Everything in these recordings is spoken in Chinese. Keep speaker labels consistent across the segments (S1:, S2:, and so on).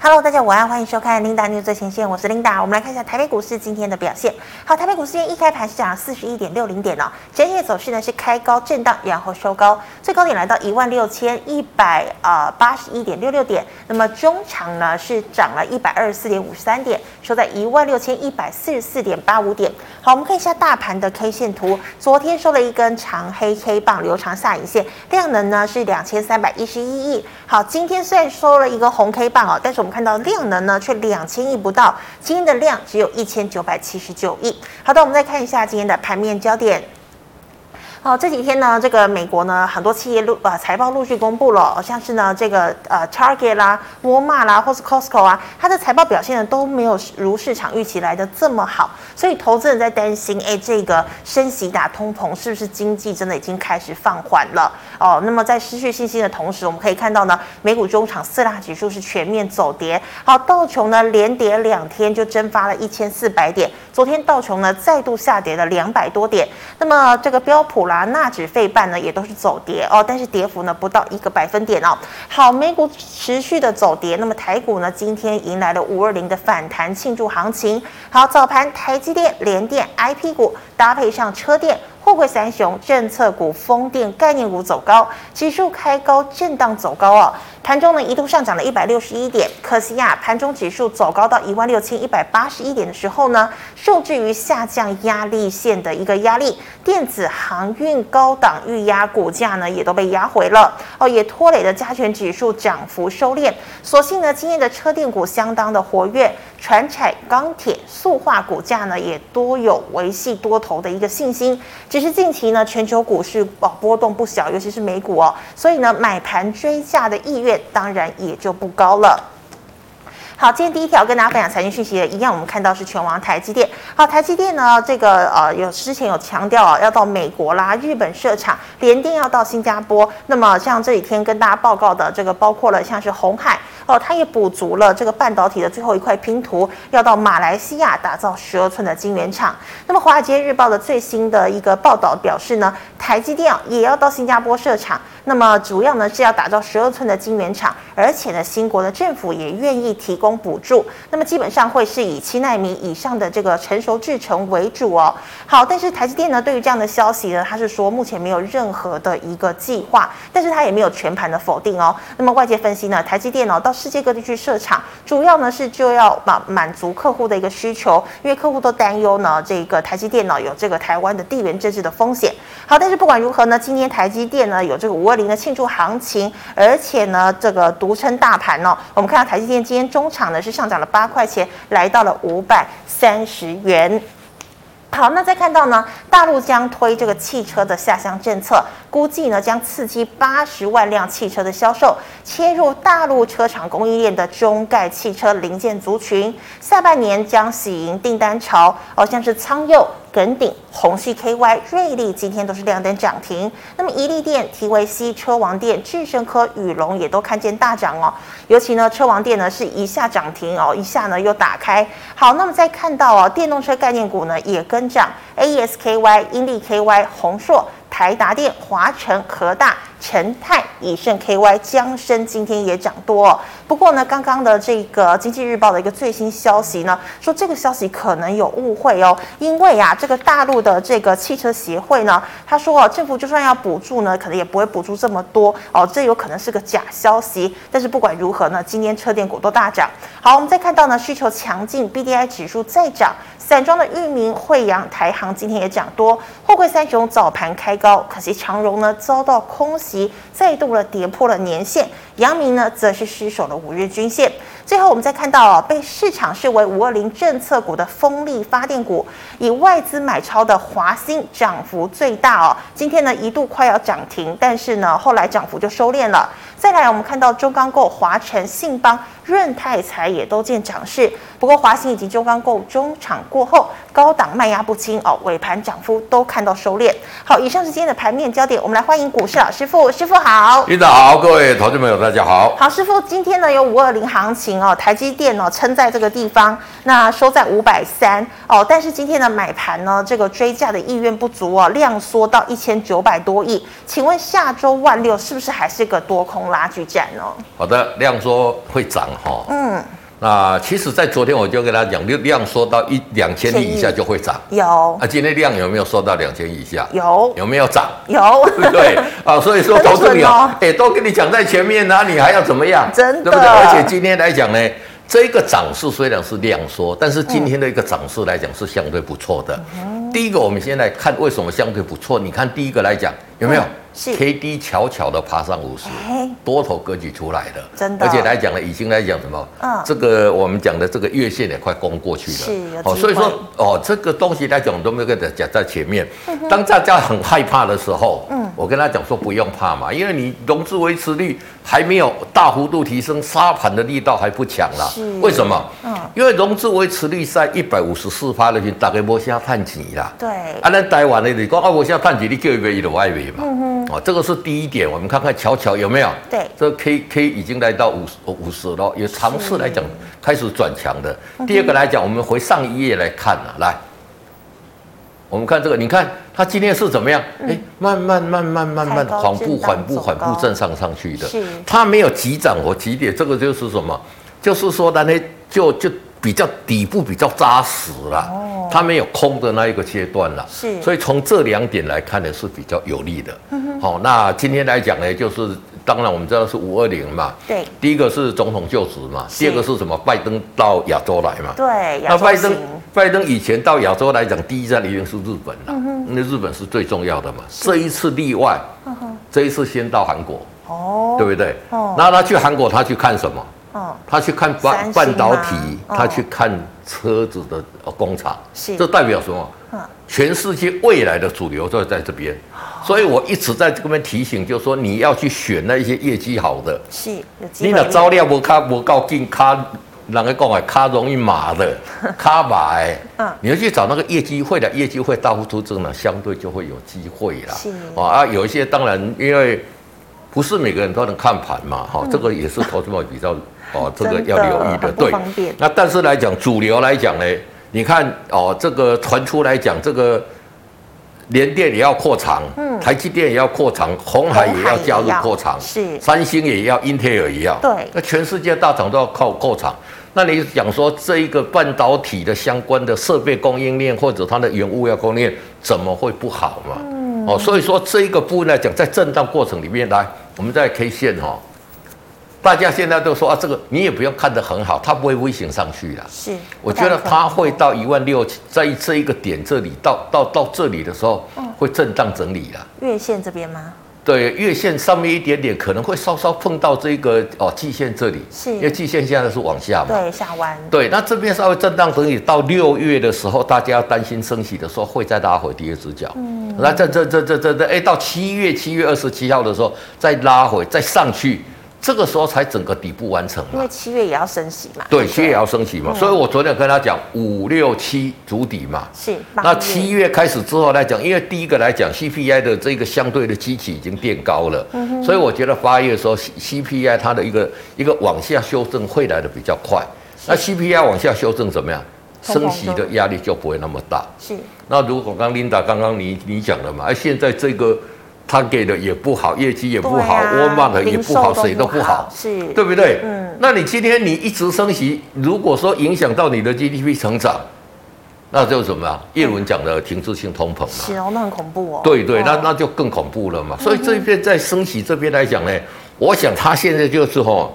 S1: Hello，大家午安，欢迎收看 Linda News 最前线，我是 Linda。我们来看一下台北股市今天的表现。好，台北股市今天一开盘是涨四十一点六零点哦，整体的走势呢是开高震荡，然后收高，最高点来到一万六千一百呃八十一点六六点。那么中场呢是涨了一百二十四点五十三点，收在一万六千一百四十四点八五点。好，我们看一下大盘的 K 线图，昨天收了一根长黑 K 棒，留长下影线，量能呢是两千三百一十一亿。好，今天虽然收了一个红 K 棒哦，但是我们看到量能呢却两千亿不到，今天的量只有一千九百七十九亿。好的，我们再看一下今天的盘面焦点。哦，这几天呢，这个美国呢，很多企业陆呃财报陆续公布了，像是呢这个呃 Target 啦、沃尔玛啦，或是 Costco 啊，它的财报表现呢都没有如市场预期来的这么好，所以投资人在担心，哎，这个升息打通膨是不是经济真的已经开始放缓了？哦，那么在失去信心的同时，我们可以看到呢，美股中场四大指数是全面走跌，好，道琼呢连跌两天就蒸发了一千四百点，昨天道琼呢再度下跌了两百多点，那么这个标普啦、纳指、费半呢也都是走跌哦，但是跌幅呢不到一个百分点哦。好，美股持续的走跌，那么台股呢今天迎来了五二零的反弹庆祝行情。好，早盘台积电、联电、IP 股搭配上车电。货柜三雄、政策股、风电概念股走高，指数开高震荡走高哦。盘中呢一度上涨了一百六十一点，可惜呀、啊，盘中指数走高到一万六千一百八十一点的时候呢，受制于下降压力线的一个压力，电子航运高档预压股价呢也都被压回了哦，也拖累了加权指数涨幅收敛。所幸呢，今天的车电股相当的活跃，船产、钢铁、塑化股价呢也多有维系多头的一个信心。只是近期呢，全球股市哦波动不小，尤其是美股哦，所以呢，买盘追价的意愿当然也就不高了。好，今天第一条跟大家分享财经讯息的，一样我们看到是全网台积电。好，台积电呢，这个呃有之前有强调啊，要到美国啦、日本设厂，联电要到新加坡。那么像这几天跟大家报告的这个，包括了像是红海哦，它也补足了这个半导体的最后一块拼图，要到马来西亚打造十二寸的晶圆厂。那么华尔街日报的最新的一个报道表示呢，台积电啊也要到新加坡设厂。那么主要呢是要打造十二寸的晶圆厂，而且呢，新国的政府也愿意提供补助。那么基本上会是以七纳米以上的这个成熟制程为主哦。好，但是台积电呢对于这样的消息呢，它是说目前没有任何的一个计划，但是它也没有全盘的否定哦。那么外界分析呢，台积电呢、哦、到世界各地去设厂，主要呢是就要满满足客户的一个需求，因为客户都担忧呢这个台积电呢有这个台湾的地缘政治的风险。好，但是不管如何呢，今天台积电呢有这个五。零的庆祝行情，而且呢，这个独撑大盘哦。我们看到台积电今天中场呢是上涨了八块钱，来到了五百三十元。好，那再看到呢，大陆将推这个汽车的下乡政策，估计呢将刺激八十万辆汽车的销售，切入大陆车厂供应链的中概汽车零件族群。下半年将喜迎订单潮，哦，像是苍佑。耿鼎、红旭 KY、瑞丽今天都是亮灯涨停，那么宜利电、提维西、车王店、智胜科、宇龙也都看见大涨哦。尤其呢，车王店呢是一下涨停哦，一下呢又打开。好，那么再看到哦，电动车概念股呢也跟涨，ASKY、英 E 利 KY、宏硕。台达电、华晨、和大、成泰、以盛 KY、江生今天也涨多、哦。不过呢，刚刚的这个经济日报的一个最新消息呢，说这个消息可能有误会哦，因为啊，这个大陆的这个汽车协会呢，他说哦，政府就算要补助呢，可能也不会补助这么多哦，这有可能是个假消息。但是不管如何呢，今天车电股都大涨。好，我们再看到呢，需求强劲，B D I 指数再涨，散装的域名、惠阳、台航今天也涨多，货柜三雄早盘开。高，可惜长荣呢遭到空袭，再度了跌破了年线，阳明呢则是失守了五日均线。最后，我们再看到、哦、被市场视为五二零政策股的风力发电股，以外资买超的华兴涨幅最大哦。今天呢一度快要涨停，但是呢后来涨幅就收敛了。再来，我们看到中钢构、华晨、信邦、润泰财也都见涨势，不过华兴以及中钢构中场过后高档卖压不轻哦，尾盘涨幅都看到收敛。好，以上是今天的盘面焦点，我们来欢迎股市老师傅，师傅好。
S2: 领导好，各位投资朋友大家好。
S1: 好，师傅，今天呢有五二零行情哦，台积电哦撑在这个地方，那收在五百三哦，但是今天的买盘呢，这个追价的意愿不足哦，量缩到一千九百多亿，请问下周万六是不是还是个多空？拉锯战哦，
S2: 好的，量缩会涨哈、哦，嗯，那其实，在昨天我就跟大家讲，量量缩到一两千亿以下就会涨。
S1: 有
S2: 啊，今天量有没有缩到两千亿以下？
S1: 有
S2: 有没有 涨？
S1: 有，
S2: 对不对？啊，所以说
S1: 很
S2: 投资
S1: 准
S2: 朋友
S1: 哦，
S2: 哎、都跟你讲在前面啦、你还要怎么样？
S1: 真的
S2: 对不对？而且今天来讲呢，这个涨势虽然是量缩，但是今天的一个涨势来讲是相对不错的。
S1: 嗯
S2: 第一个，我们先来看为什么相对不错。你看第一个来讲，有没有？
S1: 嗯是
S2: K D 悄悄的爬上五十
S1: 哎，
S2: 多头格局出来了，
S1: 真的
S2: 而且来讲呢，已经来讲什么？
S1: 嗯
S2: 这个我们讲的这个月线也快攻过去了。
S1: 是有机
S2: 所以说
S1: 会
S2: 哦，这个东西来讲，我都没有跟他讲在前面。
S1: 嗯
S2: 当大家很害怕的时候，嗯，我跟他讲说不用怕嘛，因为你融资维持率还没有大幅度提升，沙盘的力道还不强啦
S1: 是。
S2: 为什么？
S1: 嗯
S2: 因为融资维持率在一百五十四趴的时候，大概摸下探钱啦。
S1: 对，
S2: 啊，咱台湾的你讲啊，我现在探底，你叫一杯一的外围嘛。嗯哦，这个是第一点，我们看看瞧瞧有没有？
S1: 对
S2: 这 K K 已经来到五十哦五十了，有尝试来讲开始转强的。第二个来讲，我们回上一页来看啊，来，我们看这个，你看它今天是怎么样？哎、慢慢慢慢慢
S1: 嗯
S2: 慢
S1: 开高
S2: 缓步
S1: 震荡
S2: 缓步
S1: 走
S2: 缓步
S1: 高
S2: 震上上去的
S1: 是，
S2: 它没有急涨或急跌，这个就是什么？就是说它那就就比较底部比较扎实啦，它没有空的那一个阶段啦。
S1: 哦是嗯
S2: 所以从这两点来看呢是比较有利的。好、那今天来讲呢，就是当然我们知道是五二零嘛，
S1: 对
S2: 第一个是总统就职嘛，
S1: 是
S2: 第二个是什么？拜登到亚洲来嘛，
S1: 对，亚
S2: 那
S1: 洲
S2: 拜登
S1: 行
S2: 拜登以前到亚洲来讲，第一站一定是日本
S1: 嗯
S2: 啦，那、日本是最重要的嘛。这一次例外，
S1: 嗯
S2: 这一次先到韩国，
S1: 哦，
S2: 对不对？
S1: 哦
S2: 那他去韩国，他去看什么？
S1: 嗯，
S2: 他去看
S1: 三星吗
S2: 半半导体，
S1: 哦
S2: 他去看车子的呃工厂，
S1: 是
S2: 这代表什么？
S1: 嗯
S2: 全世界未来的主流都在这边，所以我一直在这边提醒，就是说你要去选那一些业绩好的，
S1: 是有机
S2: 你
S1: 会。
S2: 若走了无较无够近，较人家讲的较容易麻 的，较麻的，
S1: 嗯
S2: 你要去找那个业绩会的，业绩会大幅度增长，相对就会有机会啦。
S1: 是
S2: 哦啊，有一些当然因为不是每个人都能看盘嘛，哈、这个也是投资者 比较哦，这个
S1: 嗯真的
S2: 要留意的，
S1: 很不方便
S2: 那但是来讲，主流来讲呢，你看哦，这个传出来讲这个。联电也要扩厂，台积电也要扩厂，红海也要加
S1: 嗯鸿
S2: 入
S1: 海也要
S2: 扩厂，
S1: 是
S2: 三星也要，英特尔也要，
S1: 对
S2: 那全世界大厂都要靠扩厂。那你讲说这一个半导体的相关的设备供应链或者它的原物料供应链怎么会不好嘛？哦，所以说这一个部分来讲，在震荡过程里面来，我们在 K 线哈、哦，大家现在都说啊，这个你也不用看得很好，它不会微型上去啦。
S1: 是，
S2: 我
S1: 不太
S2: 觉得
S1: 可
S2: 它会到一万六，在这一个点这里到到到这里的时候，会震荡整理啦。
S1: 月线这边吗？
S2: 对，月线上面一点点可能会稍稍碰到这个哦季线这里，
S1: 是
S2: 因为季线现在是往下嘛。
S1: 对，下弯
S2: 对，那这边稍微震荡整理到六月的时候，大家要担心升息的时候会再拉回第二只脚。嗯，那这这这这这这，哎，到七月七月二十七号的时候再拉回再上去，这个时候才整个底部完成
S1: 因
S2: 嘛
S1: 为。七月也要升息嘛。
S2: 对，七月也要升息嘛，所以我昨天跟他讲五六七足底嘛。
S1: 是，
S2: 那七月开始之后来讲，因为第一个来讲 CPI 的这个相对的基期已经变高了，
S1: 嗯
S2: 所以我觉得八月的时候 C- CPI 它的一个一个往下修正会来的比较快。那 CPI 往下修正怎么样？
S1: 通膨
S2: 升息的压力就不会那么大。
S1: 是
S2: 那如果刚 Linda 刚刚你你讲了嘛，哎，现在这个他给的也不好，业绩也不好，
S1: 对啊
S2: 沃尔玛的也
S1: 零
S2: 不
S1: 售
S2: 好，
S1: 都
S2: 谁都
S1: 不
S2: 不好
S1: 好，是
S2: 对不对？
S1: 嗯
S2: 那你今天你一直升息，如果说影响到你的 GDP 成长，那就怎么样？叶伦讲的停滞性通膨嘛，
S1: 是哦，那很恐怖哦。
S2: 对对，
S1: 哦嗯
S2: 那那就更恐怖了嘛。所以这一边在升息这边来讲呢，我想他现在就是吼，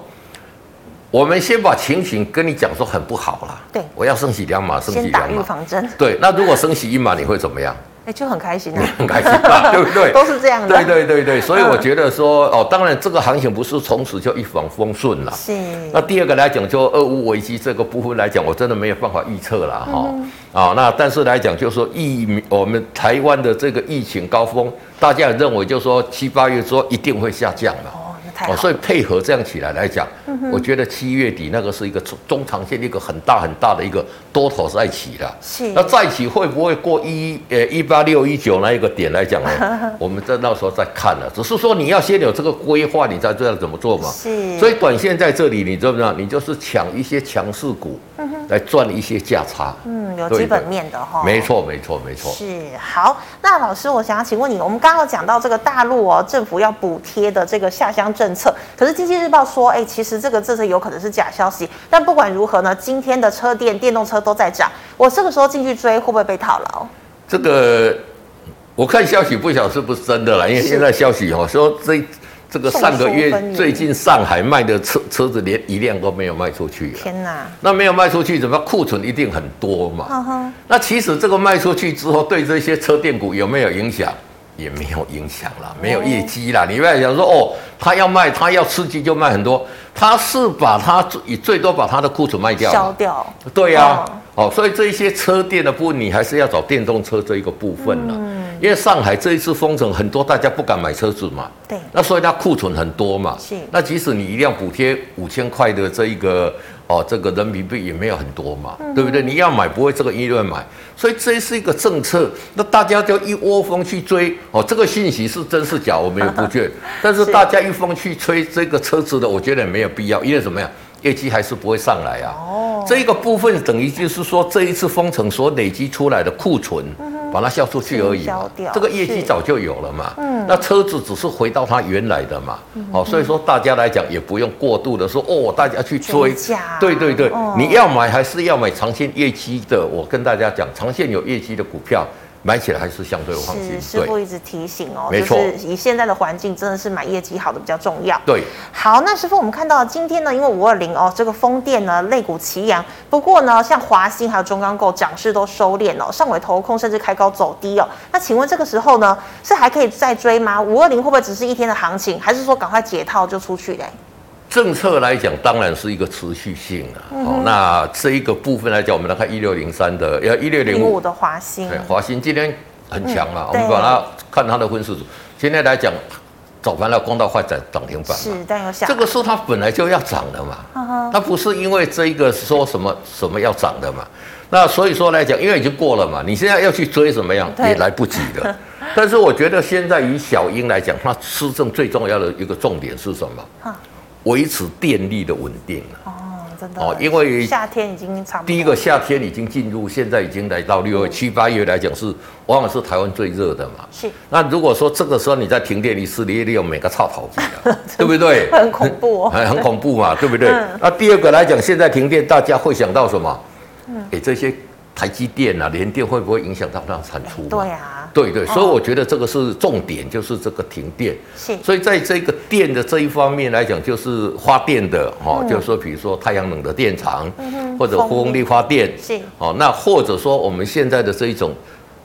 S2: 我们先把情形跟你讲说很不好啦。
S1: 对
S2: 我要升息两码，升息
S1: 先打
S2: 两
S1: 预
S2: 码。
S1: 防针，
S2: 对，那如果升息一码，你会怎么样？
S1: 哎，就很开心啊，
S2: 很开心 吧，对不对？
S1: 都是这样的。嗯
S2: 对对对对，所以我觉得说，哦，当然这个行情不是从此就一帆风顺了。
S1: 是
S2: 那第二个来讲，就俄乌危机这个部分来讲，我真的没有办法预测了哈。
S1: 嗯
S2: 啊、那但是来讲，就是说疫苗，我们台湾的这个疫情高峰，大家也认为就是说七八月之后一定会下降了。
S1: 哦，那太
S2: 哦，
S1: 好了，嗯
S2: 所以配合这样起来来讲，我觉得七月底那个是一个中中长线的一个很大很大的一个多头再起了。
S1: 是
S2: 那再起会不会过一呃一八六一九那一个点来讲 呢？我们在那时候再看了，只是说你要先有这个规划，你才知道怎么做嘛。
S1: 是
S2: 啊所以短线在这里，你知不知道？你就是抢一些强势股来赚一些价差。
S1: 嗯，有
S2: 对
S1: 基本
S2: 的
S1: 面的哈、
S2: 没。错，没错，没错。
S1: 是好，那老师，我想要请问你，我们刚刚有讲到这个大陆哦，政府要补贴的这个下乡政策，可是经济日报说，哎，其实这个政策有可能是假消息。但不管如何呢，今天的车电电动车都在涨，我这个时候进去追会不会被套牢？
S2: 这个我看消息不晓得是不是真的啦，因为
S1: 是
S2: 现在消息哦说这这个上个
S1: 众说纷
S2: 月
S1: 纭
S2: 最近上海卖的车车子连一辆都没有卖出去啊。
S1: 天哪，
S2: 那没有卖出去，怎么库存一定很多嘛？
S1: 哼嗯哼，
S2: 那其实这个卖出去之后，对这些车电股有没有影响？也没有影响啦，没有业绩啦。你不要想说哦，他要卖，他要刺激就卖很多，他是把他最最多把他的库存卖掉
S1: 消
S2: 嘛。
S1: 掉，
S2: 对呀、哦，所以这一些车店的部分，你还是要找电动车这一个部分了、因为上海这一次封城，很多大家不敢买车子嘛，
S1: 对，
S2: 那所以它库存很多嘛，
S1: 是
S2: 那即使你一辆补贴五千块的这一个哦，这个人民币也没有很多嘛，
S1: 嗯
S2: 对不对？你要买不会这个一论买，所以这是一个政策，那大家就一窝蜂去追哦。这个信息是真是假，我们也不 确，但是
S1: 是
S2: 大家一蜂去吹这个车子的，我觉得没有必要，因为怎么样，业绩还是不会上来啊。
S1: 哦，
S2: 这一个部分等于就是说，这一次封城所累积出来的库存，
S1: 嗯
S2: 把它销出去而已
S1: 清
S2: 嘛
S1: 销掉。
S2: 这个业绩
S1: 是
S2: 早就有了嘛。
S1: 嗯
S2: 那车子只是回到它原来的嘛。哦，所以说大家来讲也不用过度的说哦，大家去追
S1: 追价
S2: 对对对
S1: 哦，
S2: 你要买还是要买长线业绩的。我跟大家讲，长线有业绩的股票买起来还是相对放心
S1: 是。师
S2: 对
S1: 傅一直提醒哦，
S2: 没
S1: 就
S2: 错
S1: 是以现在的环境，真的是买业绩好的比较重要。
S2: 对。
S1: 好，那师傅，我们看到今天呢，因为五二零哦，这个风电呢肋骨齐扬，不过呢，像华兴还有中钢构涨势都收敛哦，上尾投控甚至开高走低哦。那请问这个时候呢，是还可以再追吗？五二零会不会只是一天的行情，还是说赶快解套就出去嘞？
S2: 政策来讲，当然是一个持续性啊。
S1: 嗯
S2: 哦，那这一个部分来讲，我们来看一六零三的，呃要一六零
S1: 零
S2: 五
S1: 五的华兴
S2: 对，华兴今天很强
S1: 嗯
S2: 啊，我们
S1: 对
S2: 把它看它的分数组。今天来讲，早盘它攻到快涨涨停板嘛，
S1: 是，但有想
S2: 这个是它本来就要涨的嘛，
S1: 嗯
S2: 它不是因为这一个说什么什么要涨的嘛。那所以说来讲，因为已经过了嘛，你现在要去追怎么样
S1: 对
S2: 也来不及 了。但是我觉得现在以小英来讲，它施政最重要的一个重点是什么
S1: 啊？
S2: 维持电力的稳定
S1: 哦，
S2: 啊。
S1: 真的
S2: 哦因为
S1: 夏天已经差不多。
S2: 第一个夏天已经进入，现在已经来到
S1: 嗯
S2: 六月、七八月来讲是，往往是台湾最热的嘛。
S1: 是
S2: 那如果说这个时候你在停电，你是你利用每个差跑机 啊，对不对？
S1: 很恐怖哦，
S2: 哎很很恐怖嘛，对不对？那第二个来讲，现在停电，大家会想到什么？嗯，诶，这些台积电啊、联电会不会影响到它的产出嘛？
S1: 对啊，
S2: 对对，所以我觉得这个是重点，就是这个停电。
S1: 是
S2: 所以在这个电的这一方面来讲，就是发电的哦，就是说比如说太阳能的电厂，或者风力发电，
S1: 是
S2: 哦，那或者说我们现在的这一种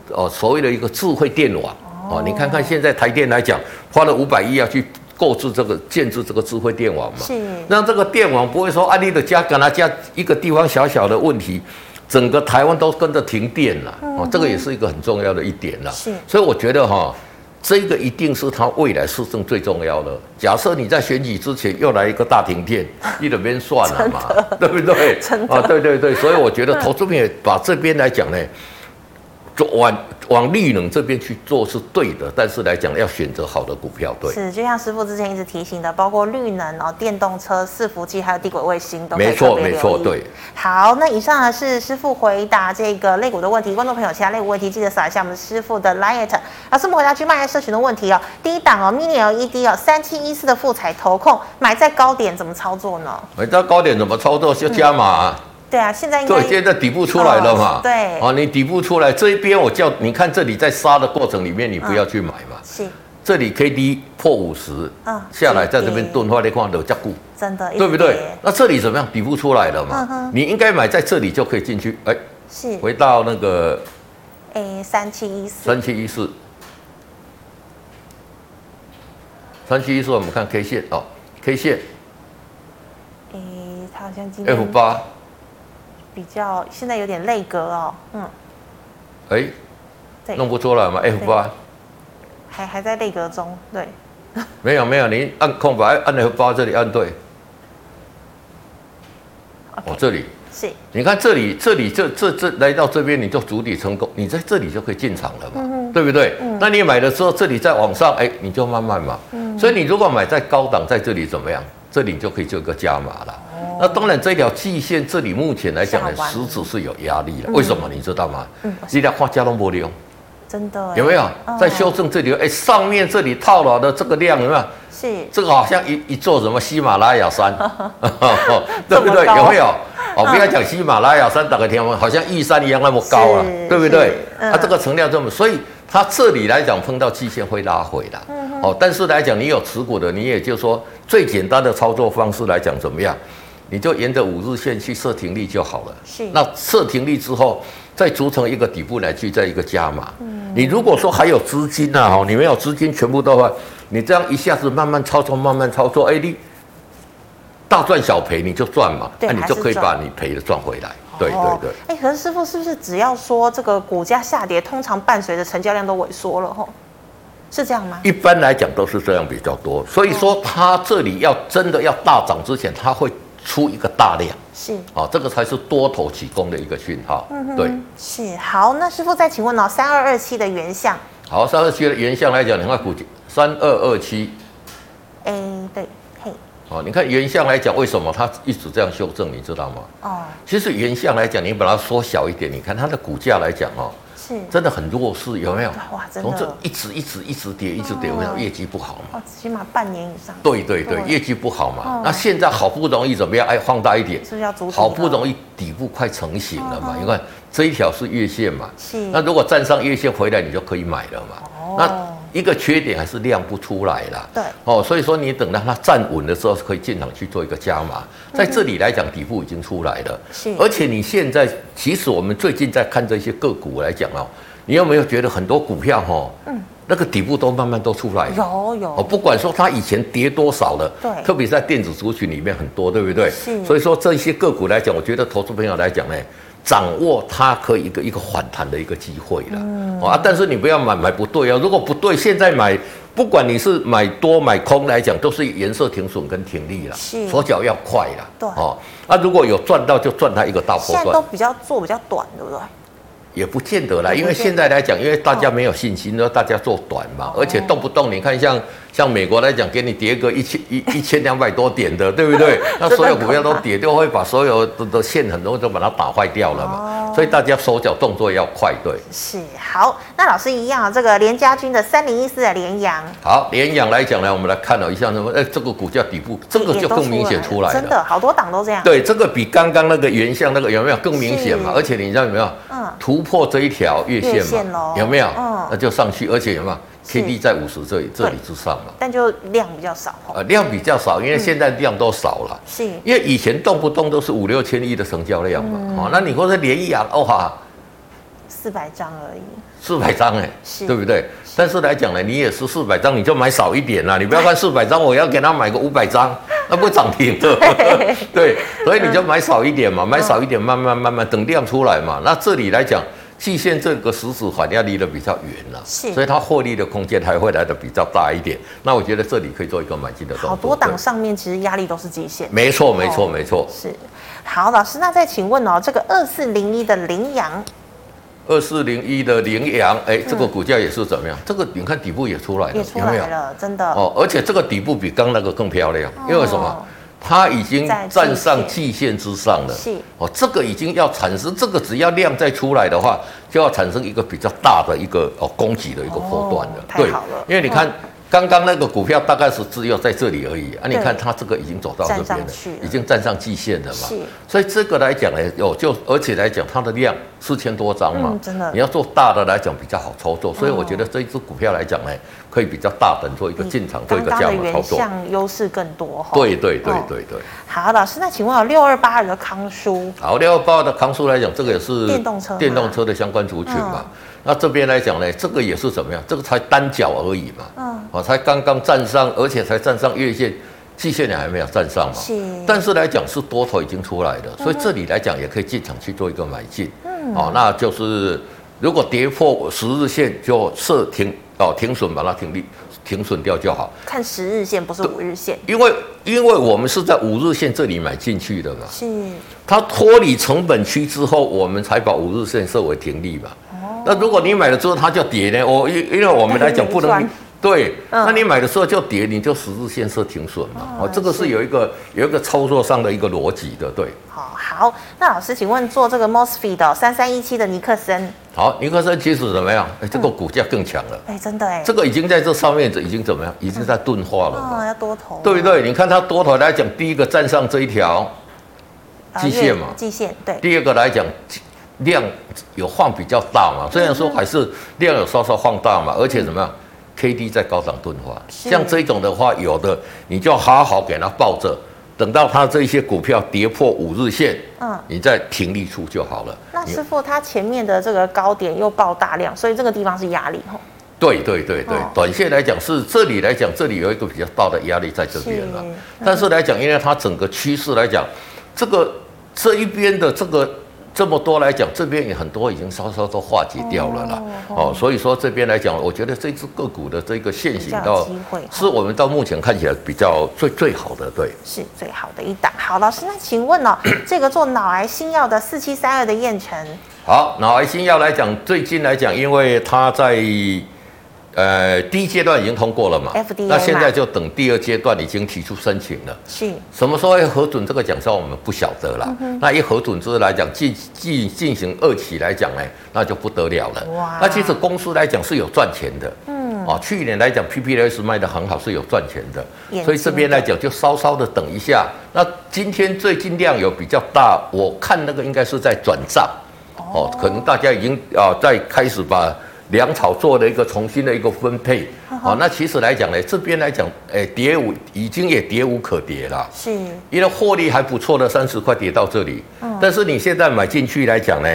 S2: 哦所谓的一个智慧电网哦，你看看现在台电来讲，花了五百亿要去购置这个建制这个智慧电网嘛，
S1: 是
S2: 让这个电网不会说啊安利的家跟他家一个地方小小的问题，整个台湾都跟着停电了、哦，这个也是一个很重要的一点了。
S1: 嗯是
S2: 所以我觉得哈、这个一定是他未来市政最重要的。假设你在选举之前又来一个大停 电，你怎边算了嘛， 对不对？
S1: 真的嗯
S2: 啊，对对对，所以我觉得投资面把这边来讲呢。做往往绿能这边去做是对的，但是来讲要选择好的股票，对。
S1: 是，就像师傅之前一直提醒的，包括绿能哦、电动车、伺服器还有地轨卫星都可以
S2: 没错
S1: 特别
S2: 没错
S1: 留意
S2: 对。
S1: 好，那以上呢是师傅回答这个肋骨的问题，观众朋友其他肋骨问题记得扫一下我们师傅的 liet。老师，我们回答去卖社群的问题哦。第一档哦，mini LED 哦，三七一四的富彩投控买在高点怎么操作呢？
S2: 哎，到高点怎么操作？就加码啊、
S1: 对啊，现在应
S2: 对，
S1: 该
S2: 现在底部出来了嘛
S1: 哦？对
S2: 啊，你底部出来这一边，我叫你看这里在杀的过程里面，你不要去买嘛。
S1: 是
S2: 这里 K D 破五十
S1: 嗯，
S2: 下来
S1: 是
S2: 在这边钝化的话的加固，
S1: 真的，一直
S2: 对不对
S1: 跌？
S2: 那这里怎么样？底部出来了
S1: 嗯
S2: 嘛
S1: 哼？
S2: 你应该买在这里就可以进去。哎，
S1: 是，
S2: 回到那个
S1: 哎，三七一四，
S2: 三七一四，三七一四，我们看 K 线哦，K 线
S1: 哎，它好像今
S2: F
S1: 天
S2: 八，
S1: 比较现在有点内格哦，嗯，
S2: 哎，
S1: 对，
S2: 弄不出来嘛？F 八。
S1: 还还在内格中，对。
S2: 没有没有，你按空白按 F 八这里按对。哦，这里，
S1: 是
S2: 你看这里，这里这这这来到这边，你就主底成功，你在这里就可以进场了嘛，
S1: 嗯
S2: 对不对？那你买了之后，这里再往上，哎，你
S1: 嗯
S2: 就慢慢嘛。所以你如果买在高档，在这里怎么样？这里你就可以做一个加码了。那当然，这条季线这里目前来讲呢
S1: 哦下，弯嗯
S2: 实质是有压力的。为什么你知道吗？你俩画加龙波流
S1: 真的欸
S2: 有没有
S1: 嗯
S2: 在修正这里？哎，上面这里套牢的这个量有没有？
S1: 是
S2: 这个好像一一座什么喜马拉雅山， 对
S1: 这
S2: 不
S1: 么
S2: 对？
S1: 高嗯
S2: 有没有？哦，不要讲喜马拉雅山，打个天文，好像玉山一样那么高啊
S1: 是，
S2: 对不对
S1: 是？嗯
S2: 它这个存量这么，所以它这里来讲碰到季线会拉回的。
S1: 嗯
S2: 哦，但是来讲，你有持股的，你也就是说最简单的操作方式来讲怎么样？你就沿着五日线去设停利就好了。
S1: 是
S2: 那设停利之后，再组成一个底部来去再一个加码。
S1: 嗯
S2: 你如果说还有资金呐、啊，哦，你没有资金全部的话，你这样一下子慢慢操作，慢慢操作，哎，你大赚小赔你就赚嘛，
S1: 对
S2: 那你就可
S1: 还
S2: 以
S1: 是赚
S2: 把你赔的赚回来。对对
S1: 哦
S2: 对。
S1: 哎、可是师傅是不是只要说这个股价下跌，通常伴随着成交量都萎缩了吼？是这样吗？
S2: 一般来讲都是这样比较多，所以说它这里要真的要大涨之前，它会出一个大量
S1: 是。
S2: 啊，这个才是多头起攻的一个讯号。
S1: 嗯
S2: 对，
S1: 是好，那师傅再请问哦，三二二七的原相，
S2: 好，三二七的原相来讲，你看股三二二七
S1: 哎、对，嘿，
S2: 啊，你看原相来讲，为什么它一直这样修正，你知道吗？
S1: 哦，
S2: 其实原相来讲，你把它缩小一点，你看它的股价来讲哦，
S1: 是，
S2: 真的很弱势，有没有？
S1: 哇，真
S2: 从这
S1: 的，
S2: 一直一直一直跌，一直跌，有没有？业绩不好嘛。
S1: 哦，起码半年以上，
S2: 对对对，
S1: 对
S2: 业绩不好嘛
S1: 嗯。
S2: 那现在好不容易怎么样？哎，放大一点，
S1: 是不是要阻止？
S2: 好不容
S1: 易，
S2: 易底部快成型了嘛
S1: 嗯，嗯
S2: 你看这一条是月线嘛，
S1: 是，
S2: 那如果站上月线回来，你就可以买了
S1: 哦
S2: 嘛。那一个缺点还是量不出来啦。
S1: 对
S2: 哦，所以说你等到它站稳的时候，可以进场去做一个加码。在这里来讲，底部已经出来了，
S1: 是
S2: 而且你现在，其实我们最近在看这些个股来讲哦，你有没有觉得很多股票哦，嗯，那个底部都慢慢都出来了。
S1: 有
S2: 哦，
S1: 有，
S2: 不管说它以前跌多少了，
S1: 对
S2: 特别在电子族群里面很多，对不对？
S1: 是
S2: 所以说这些个股来讲，我觉得投资朋友来讲呢，掌握它可以一个一个反弹的一个机会了。
S1: 嗯
S2: 哦啊，但是你不要买买不对哦，如果不对，现在买，不管你是买多买空来讲，都是颜色停损跟停利了，
S1: 是
S2: 手脚要快了。
S1: 对
S2: 哦，那、如果有赚到就赚它一个大波
S1: 现在
S2: 段
S1: 都，比较做比较短，对不对？
S2: 也不见得啦，
S1: 也不见得
S2: 因为现在来讲，因为大家没有信心，说大家做短嘛，
S1: 哦
S2: 而且动不动你看像像美国来讲，给你跌个一千一一千两百多点的，对不 对？那所有股票都跌，就会把所有的的线很多都把它打坏掉了
S1: 哦
S2: 嘛，所以大家手脚动作要快，对。
S1: 是好，那老师一样啊，这个连家军的三零一四的连阳，
S2: 好，联阳来讲呢，我们来看了一下什么？哎，这个股价底部，这个
S1: 也
S2: 就
S1: 都
S2: 更明显出来了
S1: 真。的好多档都这样，
S2: 对，这个比刚刚那个原像那个有没有更明显嘛？
S1: 是
S2: 而且你知道有没有？
S1: 嗯
S2: 突破这一条月
S1: 月
S2: 线
S1: 线
S2: 嘛
S1: 咯，
S2: 有没有？
S1: 嗯
S2: 那就上去，而且有没有
S1: 是
S2: ？K D 在五十这里这里之上嘛，
S1: 但就量比较少，哦
S2: 呃，量比较少，
S1: 嗯
S2: 因为现在量都少了，
S1: 是
S2: 因为以前动不动都是五六千亿的成交量嘛，
S1: 嗯
S2: 哦，那你说这联雅哦哈，
S1: 四百张而已，
S2: 四百张哎
S1: 是，
S2: 对不对？但是来讲呢，你也是四百张，你就买少一点啦。你不要看四百张，我要给他买个五百张，那不会涨停的。对，所以你就买少一点嘛，买少一点，慢慢慢慢等量出来嘛。那这里来讲，季线这个十指反压离得比较远了，
S1: 是
S2: 所以它获利的空间还会来的比较大一点。那我觉得这里可以做一个买进的动作。
S1: 好多档
S2: 对
S1: 上面其实压力都是极限。
S2: 没错，没错，
S1: 哦
S2: 没错。
S1: 是，好，老师，那再请问哦，这个二四零一的羚羊
S2: 二四零一的羚羊，哎，这个股价也是怎么样？这个你看底部也出来了，
S1: 也出
S2: 哎有没有
S1: 来了，真的，哦
S2: 哦，而且这个底部比刚那个更漂亮，因为什么？它已经
S1: 在
S2: 站上
S1: 季
S2: 季线之上了，
S1: 是
S2: 哦，这个已经要产生，这个只要量再出来的话，就要产生一个比较大的一个哦供给的一个波段了，
S1: 哦太好了
S2: 因为你看。刚刚那个股票大概是只有在这里而已啊，你
S1: 对
S2: 看它这个已经走到这
S1: 站
S2: 边
S1: 上去了
S2: 已经站上季线了嘛
S1: 是，
S2: 所以这个来讲呢，有就而且来讲它的量四千多张嘛，
S1: 嗯真的
S2: 你要做大的来讲比较好操作，所以我觉得这一只股票来讲呢，可以比较大胆做一个
S1: 比
S2: 进场做一
S1: 刚
S2: 个
S1: 刚
S2: 加
S1: 的
S2: 码操
S1: 原
S2: 作。
S1: 项优势更多哈。
S2: 对对对
S1: 哦
S2: 对对。
S1: 好，老师，那请问有哦六二八二的康叔，
S2: 好，六幺八的康叔来讲，这个也是
S1: 电动车嘛嗯
S2: 电动车的相关族群嘛。那这边来讲呢，这个也是怎么样？这个才单脚而已嘛。
S1: 嗯，
S2: 哦，才刚刚站上，而且才站上月线，季线也还没有站上嘛。
S1: 是嗯
S2: 但是来讲是多头已经出来了，所以这里来讲也可以进场去做一个买进。嗯，哦，那就是如果跌破十日线就设停哦停损，把它停利停损掉就好。
S1: 看十日线不是五日线，
S2: 因为因为我们是在五日线这里买进去的嘛，
S1: 是
S2: 它脱离成本区之后，我们才把五哦日线设为停利嘛。那如果你买了之后它就跌呢，我因因为我们来讲不
S1: 但
S2: 能
S1: 是
S2: 对，
S1: 嗯
S2: 那你买的时候就跌，你就十字线设停损嘛。哦，这个
S1: 是
S2: 是有一个有一个操作上的一个逻辑的，对。
S1: 好好，那老师，请问做这个 MOSFET 的三三一七的尼克森，
S2: 好，尼克森其实怎么样？哎，这个股价更强了，
S1: 哎，真的哎，
S2: 这个已经在这上面已经怎么样？已经在钝化了嘛，
S1: 哦要多头，
S2: 对不对？你看它多头来讲，第一个站上这一条
S1: 啊？
S2: 季线嘛
S1: 月季线对，
S2: 第二个来讲，量有放比较大
S1: 嗯
S2: 嘛，虽然说还是量有稍稍放大嘛，而且怎么样，K D 在高档钝化，
S1: 是
S2: 像这种的话，有的你就好好给它抱着，等到它这些股票跌破五日线，
S1: 嗯
S2: 你再停利出就好了。
S1: 那
S2: 你
S1: 师傅他前面的这个高点又爆大量，所以这个地方是压力吼。
S2: 对对对对
S1: 哦，
S2: 短线来讲是这里来讲，这里有一个比较大的压力在这边了
S1: 是嗯。
S2: 但是来讲，因为它整个趋势来讲，这个这一边的这个这么多来讲，这边也很多已经稍稍都化解掉了啦。
S1: 哦
S2: 哦，所以说这边来讲，我觉得这只个股的这个现
S1: 比
S2: 行
S1: 较有
S2: 到
S1: 机会哈
S2: 是我们到目前看起来比较最最好的，对。
S1: 是最好的一档。好，老师，那请问 哦，这个做脑癌新药的四七三二的验成，
S2: 好，脑癌新药来讲，最近来讲，因为它在呃第一阶段已经通过了嘛
S1: FDA
S2: 那现
S1: 嘛
S2: 在就等第二阶段已经提出申请了。
S1: 是
S2: 什么时候会核准这个奖项，我们不晓得啦。那一核准之后来讲，进进进行二期来讲呢，那就不得了
S1: 哇
S2: 了。那其实公司来讲是有赚钱的，嗯，啊，去年来讲 PPS 卖的很好，是有赚钱
S1: 眼睛
S2: 的，所以这边来讲就稍稍的等一下。那今天最近量有比较大，我看那个应该是在转账，哦，可能大家已经啊在开始把。粮草做了一个重新的一个分配，好、那其实来讲呢，这边来讲，哎、跌无已经也跌无可跌了，
S1: 是
S2: 因为获利还不错的三十块跌到这里，
S1: 嗯
S2: 但是你现在买进去来讲呢，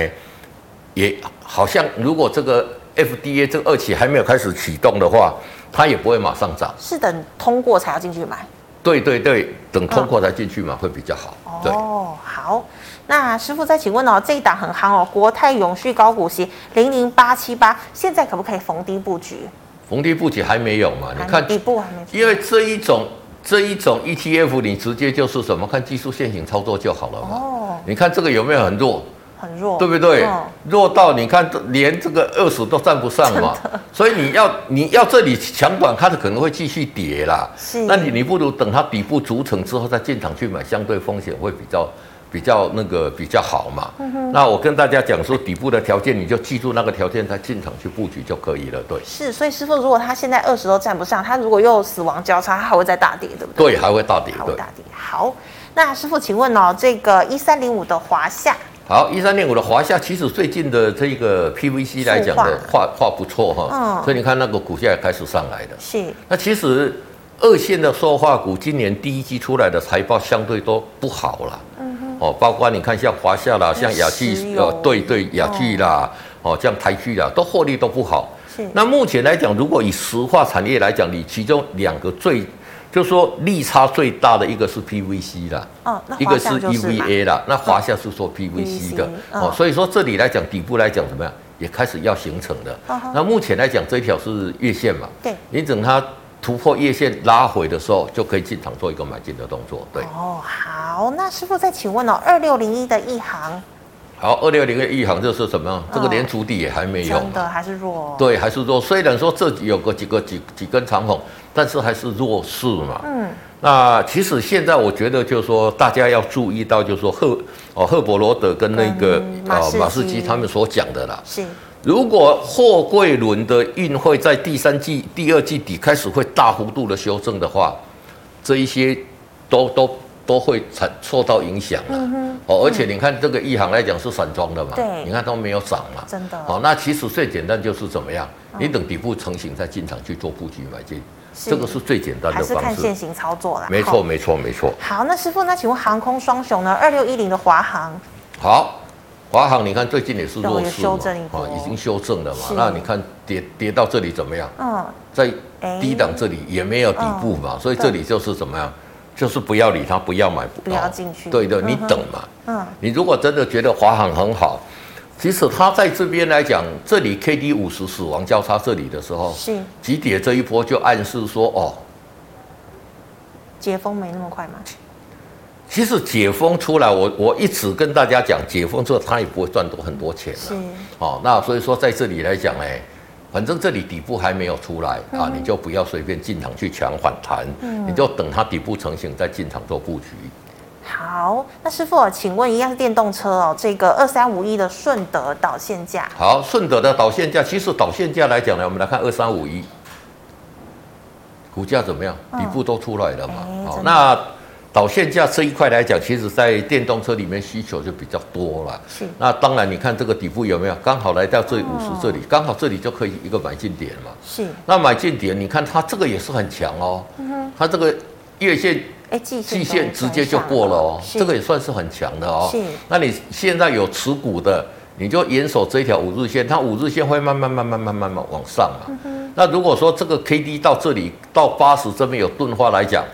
S2: 也好像如果这个 FDA 这个二期还没有开始启动的话，它也不会马上涨。
S1: 是等通过才要进去买。
S2: 对对对，等通过才进去嘛，会比较好。对，
S1: 嗯哦，好，那师傅再请问哦，这一档很夯哦，国泰永续高股息零零八七八，现在可不可以逢低布局？
S2: 逢低布局还没有嘛？你看
S1: 还没底部还没出，
S2: 因为这一种这一种 ETF，你直接就是什么看技术线型操作就好了嘛。
S1: 哦
S2: 你看这个有没有很弱？
S1: 很弱，
S2: 对不对？
S1: 嗯
S2: 弱到你看，连这个二十都站不上嘛，所以你要你要这里强管，它可能会继续跌啦。
S1: 是
S2: 那你你不如等它底部筑成之后再进场去买，相对风险会比较比较那个比较好嘛。
S1: 嗯
S2: 那我跟大家讲说，底部的条件你就记住那个条件，再进场去布局就可以了。对
S1: 是，所以师傅，如果他现在二十都站不上，他如果又死亡交叉，他还会再大跌，对不对？
S2: 对，还会大跌
S1: 还会
S2: 对。
S1: 大跌。好，那师傅，请问哦，这个一三零五的华夏
S2: 好，一三零五的华夏，其实最近的这个 PVC 来讲的
S1: 塑
S2: 画画不错哈，
S1: 嗯
S2: 所以你看那个股价也开始上来了。
S1: 是
S2: 那其实二线的塑化股今年第一季出来的财报相对都不好啦。哦，包括你看像华夏啦，像雅
S1: 嗯石
S2: 聚
S1: 油嗯
S2: 呃，对对，雅聚啦，哦，像台聚啦，都获利都不好。
S1: 是
S2: 那目前来讲，如果以石化产业来讲，你其中两个最，就是说利差最大的一个是 PVC 啦，
S1: 哦那华夏
S2: 一个是
S1: 就是嘛
S2: EVA 啦，那华夏是做 PVC 的
S1: PVC，
S2: 哦
S1: 嗯，
S2: 所以说这里来讲底部来讲怎么样，也开始要形成的
S1: 嗯哼。
S2: 那目前来讲，这一条是月线嘛，
S1: 对
S2: 你等它突破月线拉回的时候，就可以进场做一个买进的动作。对，
S1: 哦，好，那师傅再请问哦，二六零一的一行
S2: 好，二六零的一行就是什么样？这个连主底也还没有
S1: 哦真
S2: 嘛。
S1: 的还是弱？，哦
S2: 对，还是弱。虽然说这有个几个几几根长红，但是还是弱势嘛。
S1: 嗯，
S2: 那其实现在我觉得，就是说大家要注意到，就是说赫哦赫伯罗德跟那个
S1: 跟嗯马
S2: 哦
S1: 士基
S2: 马士基他们所讲的啦，
S1: 是
S2: 如果货柜轮的运会在第三季、第二季底开始会大幅度的修正的话，这一些都都都会产受到影响了。哦，而且你看这个一行来讲是散装的嘛，
S1: 嗯对
S2: 你看都没有涨嘛，
S1: 真的嗯
S2: 好、那其实最简单就是怎么样？你等底部成型再进场去做布局买进，
S1: 是
S2: 这个是最简单
S1: 还
S2: 的
S1: 是看
S2: 方
S1: 现
S2: 式。
S1: 行操作啦。
S2: 没
S1: 好
S2: 错，。没错，没错。
S1: 好，那师傅，那请问航空双雄呢？二六一零的华航
S2: 好，华航你看最近也是
S1: 有
S2: 弱
S1: 有
S2: 势
S1: 修
S2: 嘛哦
S1: 正一，波
S2: 已经修正了嘛
S1: 是。
S2: 那你看跌跌到这里怎么样？
S1: 嗯，
S2: 在
S1: 哎
S2: 低档这里也没有底部嘛，
S1: 嗯
S2: 所以这里就是怎么样，就是不要理它，不要买，哦
S1: 不要进去
S2: 对的，你等嘛。
S1: 嗯，
S2: 你如果真的觉得华航很好，其实它在这边来讲，这里 K D 五十死亡交叉这里的时候，
S1: 是
S2: 急跌这一波就暗示说哦。
S1: 解封没那么快吗？
S2: 其实解封出来，我我一直跟大家讲，解封之后它也不会赚多很多钱了、啊
S1: 是
S2: 哦，那所以说在这里来讲，哎，反正这里底部还没有出来
S1: 嗯
S2: 啊，你就不要随便进场去抢反弹，你就等它底部成型再进场做布局。
S1: 好，那师傅哦，请问一样是电动车哦，这个二三五一的顺德导线价，
S2: 好，顺德的导线价，其实导线价来讲呢，我们来看二三五一，股价怎么样？
S1: 嗯
S2: 底部都出来了嘛。
S1: 哎
S2: 好、
S1: 真的
S2: 那导线价这一块来讲，其实在电动车里面需求就比较多了。
S1: 是
S2: 那当然，你看这个底部有没有刚好来到这五十
S1: 哦
S2: 这里，刚好这里就可以一个买进点嘛。
S1: 是，
S2: 那买进点，你看它这个也是很强哦，它这个月线
S1: 哎，季线
S2: 季线直接就过了哦，
S1: 是
S2: 这个也算是很强的哦
S1: 是。
S2: 那你现在有持股的，你就严守这一条五日线，它五日线会慢慢慢慢慢慢慢往上嘛。那如果说这个 K D 到这里到八十这边有钝化来讲，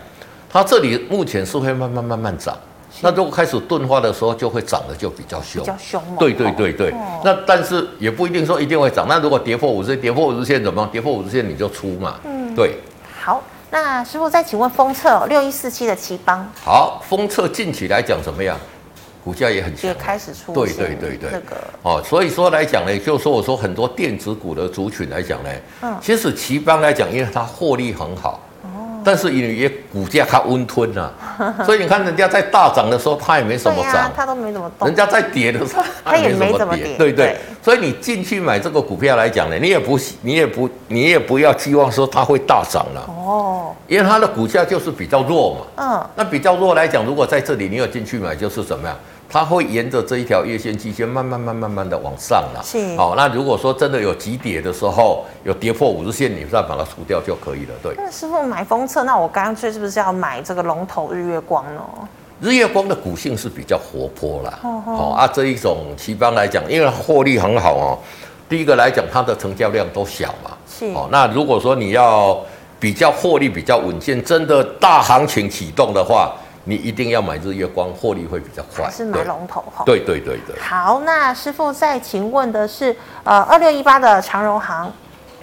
S2: 它这里目前是会慢慢慢慢涨。那如果开始钝化的时候，就会涨得就比较凶
S1: 比。较凶猛，
S2: 对对，对对，
S1: 哦
S2: 那但是也不一定说一定会涨。那如果跌破五日跌破五日线怎么样？跌破五日线你就出嘛。
S1: 嗯
S2: 对。
S1: 好，那师傅再请问封测哦六一四七的奇邦
S2: 好，封测近期来讲怎么样？股价也很强
S1: 也。开始出
S2: 对
S1: 现
S2: 对对对
S1: 那个
S2: 哦，所以说来讲呢，就是说我说很多电子股的族群来讲呢，
S1: 嗯
S2: 其实奇邦来讲，因为它获利很好，
S1: 哦
S2: 但是因为股价它温吞呐、 所以你看人家在大涨的时候，它也没什么
S1: 对呀、
S2: 涨
S1: 啊，；它都没怎么动，
S2: 人家在跌的 时候，啊
S1: 它也没怎么跌
S2: 对对
S1: 对。
S2: 所以你进去买这个股票来讲呢，你也不你也不你也不要期望说它会大涨了，
S1: 哦，
S2: 因为它的股价就是比较弱嘛。
S1: 嗯，
S2: 那比较弱来讲，如果在这里你有进去买，就是怎么样？它会沿着这一条月线、季线慢慢、慢、慢慢的往上啦。
S1: 是
S2: 好、那如果说真的有急跌的时候，有跌破五日线，你再把它出掉就可以了。对，
S1: 那师傅买封测，那我干脆是不是要买这个龙头日月光呢？
S2: 日月光的股性是比较活泼啦。
S1: 哦哦
S2: 好、啊，这一种期邦来讲，因为它获利很好哦。第一个来讲，它的成交量都小嘛。
S1: 是
S2: 哦，那如果说你要比较获利比较稳健，真的大行情启动的话，你一定要买日月光，获利会比较快。
S1: 还是买龙头吼？。
S2: 对对对对对。
S1: 好，那师傅再请问的是，呃，二六一八的长荣行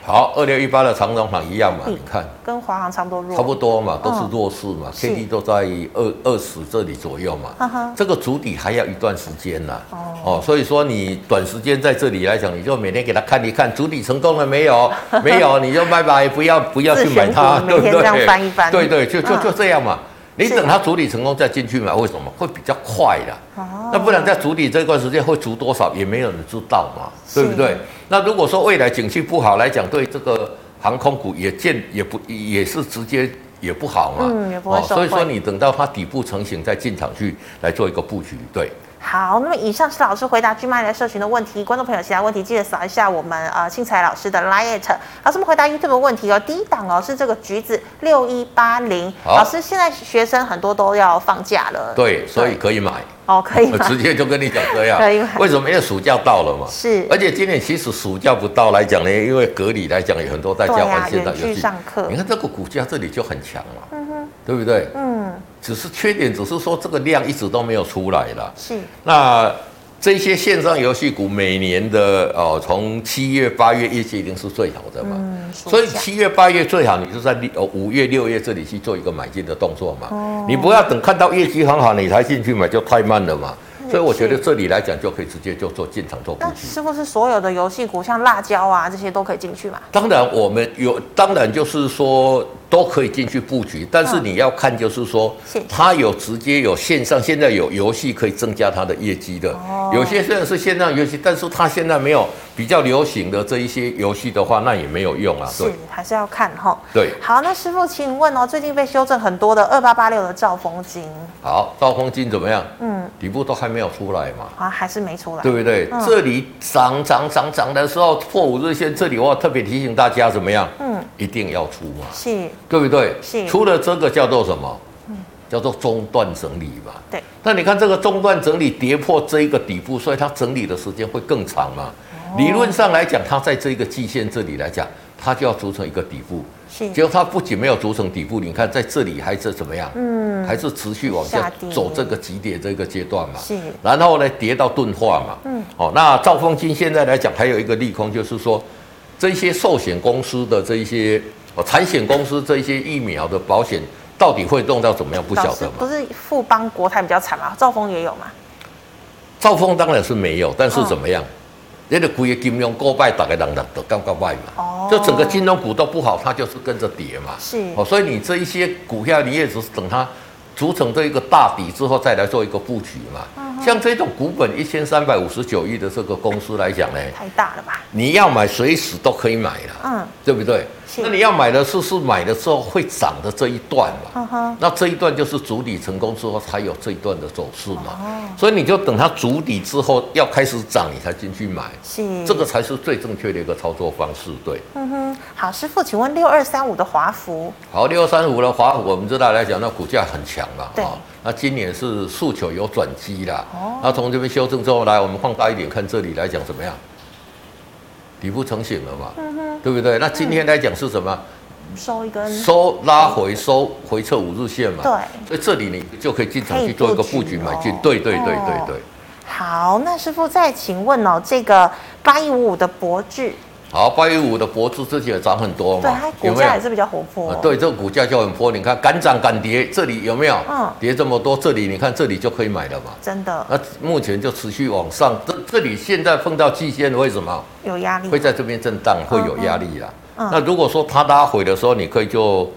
S2: 好，二六一八的长荣行一样嘛，
S1: 嗯
S2: 你看
S1: 跟华航差不多弱，
S2: 差不多嘛，都是
S1: 嗯
S2: 弱势嘛、
S1: 是
S2: k D 都在二二十这里左右嘛，
S1: 哈哈
S2: 这个主底还要一段时间呐、
S1: 哦
S2: 哦，所以说你短时间在这里来讲，你就每天给他看一看主底成功了没 有，没有你就拜拜，不要不要去买它，
S1: 自选股每
S2: 对不
S1: 天
S2: 对？
S1: 这样翻一翻
S2: 对对，就就
S1: 嗯
S2: 就这样嘛。你
S1: 是
S2: 等它主底成功再进去买，为什么会比较快的？
S1: 哦
S2: 那不然在主底这段时间会足多少，也没有人知道嘛，
S1: 是
S2: 对不对？那如果说未来景气不好来讲，对这个航空股也见也不也是直接也不好嘛，哦
S1: 嗯也不会受惠
S2: 所以说你等到它底部成型再进场去来做一个布局，对。
S1: 好，那么以上是老师回答 G 麦来社群的问题，观众朋友其他问题记得扫一下我们呃庆财老师的 Line。老师们回答 YouTube 的问题哦，第一档哦是这个橘子六一八零，
S2: 好
S1: 老师现在学生很多都要放假了，
S2: 对，呃所以 可以买，
S1: 哦可以
S2: 我
S1: 吗？
S2: 直接就跟你讲这 样
S1: 可以买。
S2: 为什么？因为暑假到了嘛。
S1: 是
S2: 而且今年其实暑假不到来讲呢，因为隔离来讲有很多在家
S1: 对啊
S2: 玩线上
S1: 远距
S2: 游戏
S1: 上课
S2: 你看这个股价这里就很强嘛，对不对？
S1: 嗯，
S2: 只是缺点，只是说这个量一直都没有出来了。
S1: 是
S2: 那这些线上游戏股每年的哦，从七月八月业绩一定是最好的嘛。
S1: 嗯，
S2: 所以
S1: 暑假
S2: 七月八月最好你就在六哦五月六月这里去做一个买进的动作嘛，
S1: 哦
S2: 你不要等看到业绩很好你才进去买，就太慢了嘛。
S1: 嗯
S2: 所以我觉得这里来讲就可以直接就做进场做布
S1: 那
S2: 局。
S1: 是不是所有的游戏股，像辣椒啊这些都可以进去嘛？
S2: 当然我们有，当然就是说都可以进去布局，但
S1: 嗯
S2: 是你要看就是说
S1: 线上
S2: 它有直接有线上，现在有游戏可以增加它的业绩的。
S1: 哦
S2: 有些虽然是线上游戏，但是它现在没有比较流行的这一些游戏的话，那也没有用啊。对
S1: 是，还是要看哈。
S2: 对。
S1: 好，那师傅，请问哦，最近被修正很多的二八八六的兆丰金，
S2: 好，兆丰金怎么样？
S1: 嗯，
S2: 底部都还没有出来嘛，
S1: 啊还是没出来。
S2: 对不对？
S1: 嗯
S2: 这里涨涨涨涨的时候破五日线，这里我要特别提醒大家怎么样？
S1: 嗯，
S2: 一定要出嘛，
S1: 是，
S2: 对不对？
S1: 是
S2: 除了这个叫做什么？叫做中断整理嘛。
S1: 对，
S2: 那你看这个中断整理跌破这一个底部，所以它整理的时间会更长嘛。理论上来讲，它在这个季线这里来讲，它就要组成一个底部。
S1: 是。
S2: 结果它不仅没有组成底部，你看在这里还是怎么样？
S1: 嗯，
S2: 还是持续往下
S1: 下跌
S2: 走这个急跌这个阶段嘛。
S1: 是
S2: 然后呢，跌到钝化嘛。嗯。哦，那兆丰金现在来讲还有一个利空，就是说这些寿险公司的这一些哦，产险公司这一些疫苗的保险到底会弄到怎么样，不
S1: 老
S2: 晓
S1: 师
S2: 得
S1: 不
S2: 嘛。
S1: 是富邦国泰比较惨嘛，兆丰也有嘛，嗯
S2: 兆丰当然是没有，但是怎么样？那个股也金融过败，大概人人都刚刚败嘛。
S1: 哦
S2: 就整个金融股都不好，它就是跟着跌嘛。
S1: 是
S2: 哦，所以你这一些股票，你也只是等它组成这一个大底之后，再来做一个布局嘛。
S1: 嗯
S2: 像这种股本一千三百五十九亿的这个公司来讲呢，
S1: 太大了吧？
S2: 你要买随时都可以买了，
S1: 嗯，
S2: 对不对？
S1: 是
S2: 那你要买的是是买了之后会涨的这一段嘛？
S1: 嗯哼，
S2: 那这一段就是主底成功之后才有这一段的走势嘛，
S1: 哦
S2: 所以你就等它主底之后要开始涨，你才进去买，
S1: 是
S2: 这个才是最正确的一个操作方式。对，
S1: 嗯哼，好，师傅，请问六二三五的华孚，
S2: 好，六三五的华虎，我们知道来讲，那股价很强嘛，
S1: 对哦
S2: 那今年是诉求有转机啦，那从这边修正之后来，我们放大一点看这里来讲怎么样，底部成型了嘛，
S1: 嗯
S2: 对不对？那今天来讲是什么？
S1: 收一根，
S2: 收拉回收回撤五日线嘛，
S1: 对，
S2: 所以这里你就可以进场去做一个布局买进，
S1: 可以
S2: 对
S1: 布局哦
S2: 对对对对。
S1: 好，那师傅再请问哦，这个八一五五的博智，
S2: 好，八一五的博智之前也涨很多
S1: 对
S2: 嘛
S1: 它，
S2: 有
S1: 股
S2: 没有
S1: 价也？是比较活泼、哦
S2: 啊，对，这个股价就很波，你看敢涨敢跌，这里有没有？
S1: 嗯
S2: 跌这么多，这里你看这里就可以买了嘛。
S1: 真的
S2: 那目前就持续往上，这这里现在碰到季线，为什么
S1: 有压力
S2: 会，在这边震荡，会有压力啦？
S1: 嗯
S2: 那如果说它拉回的时候，你可以就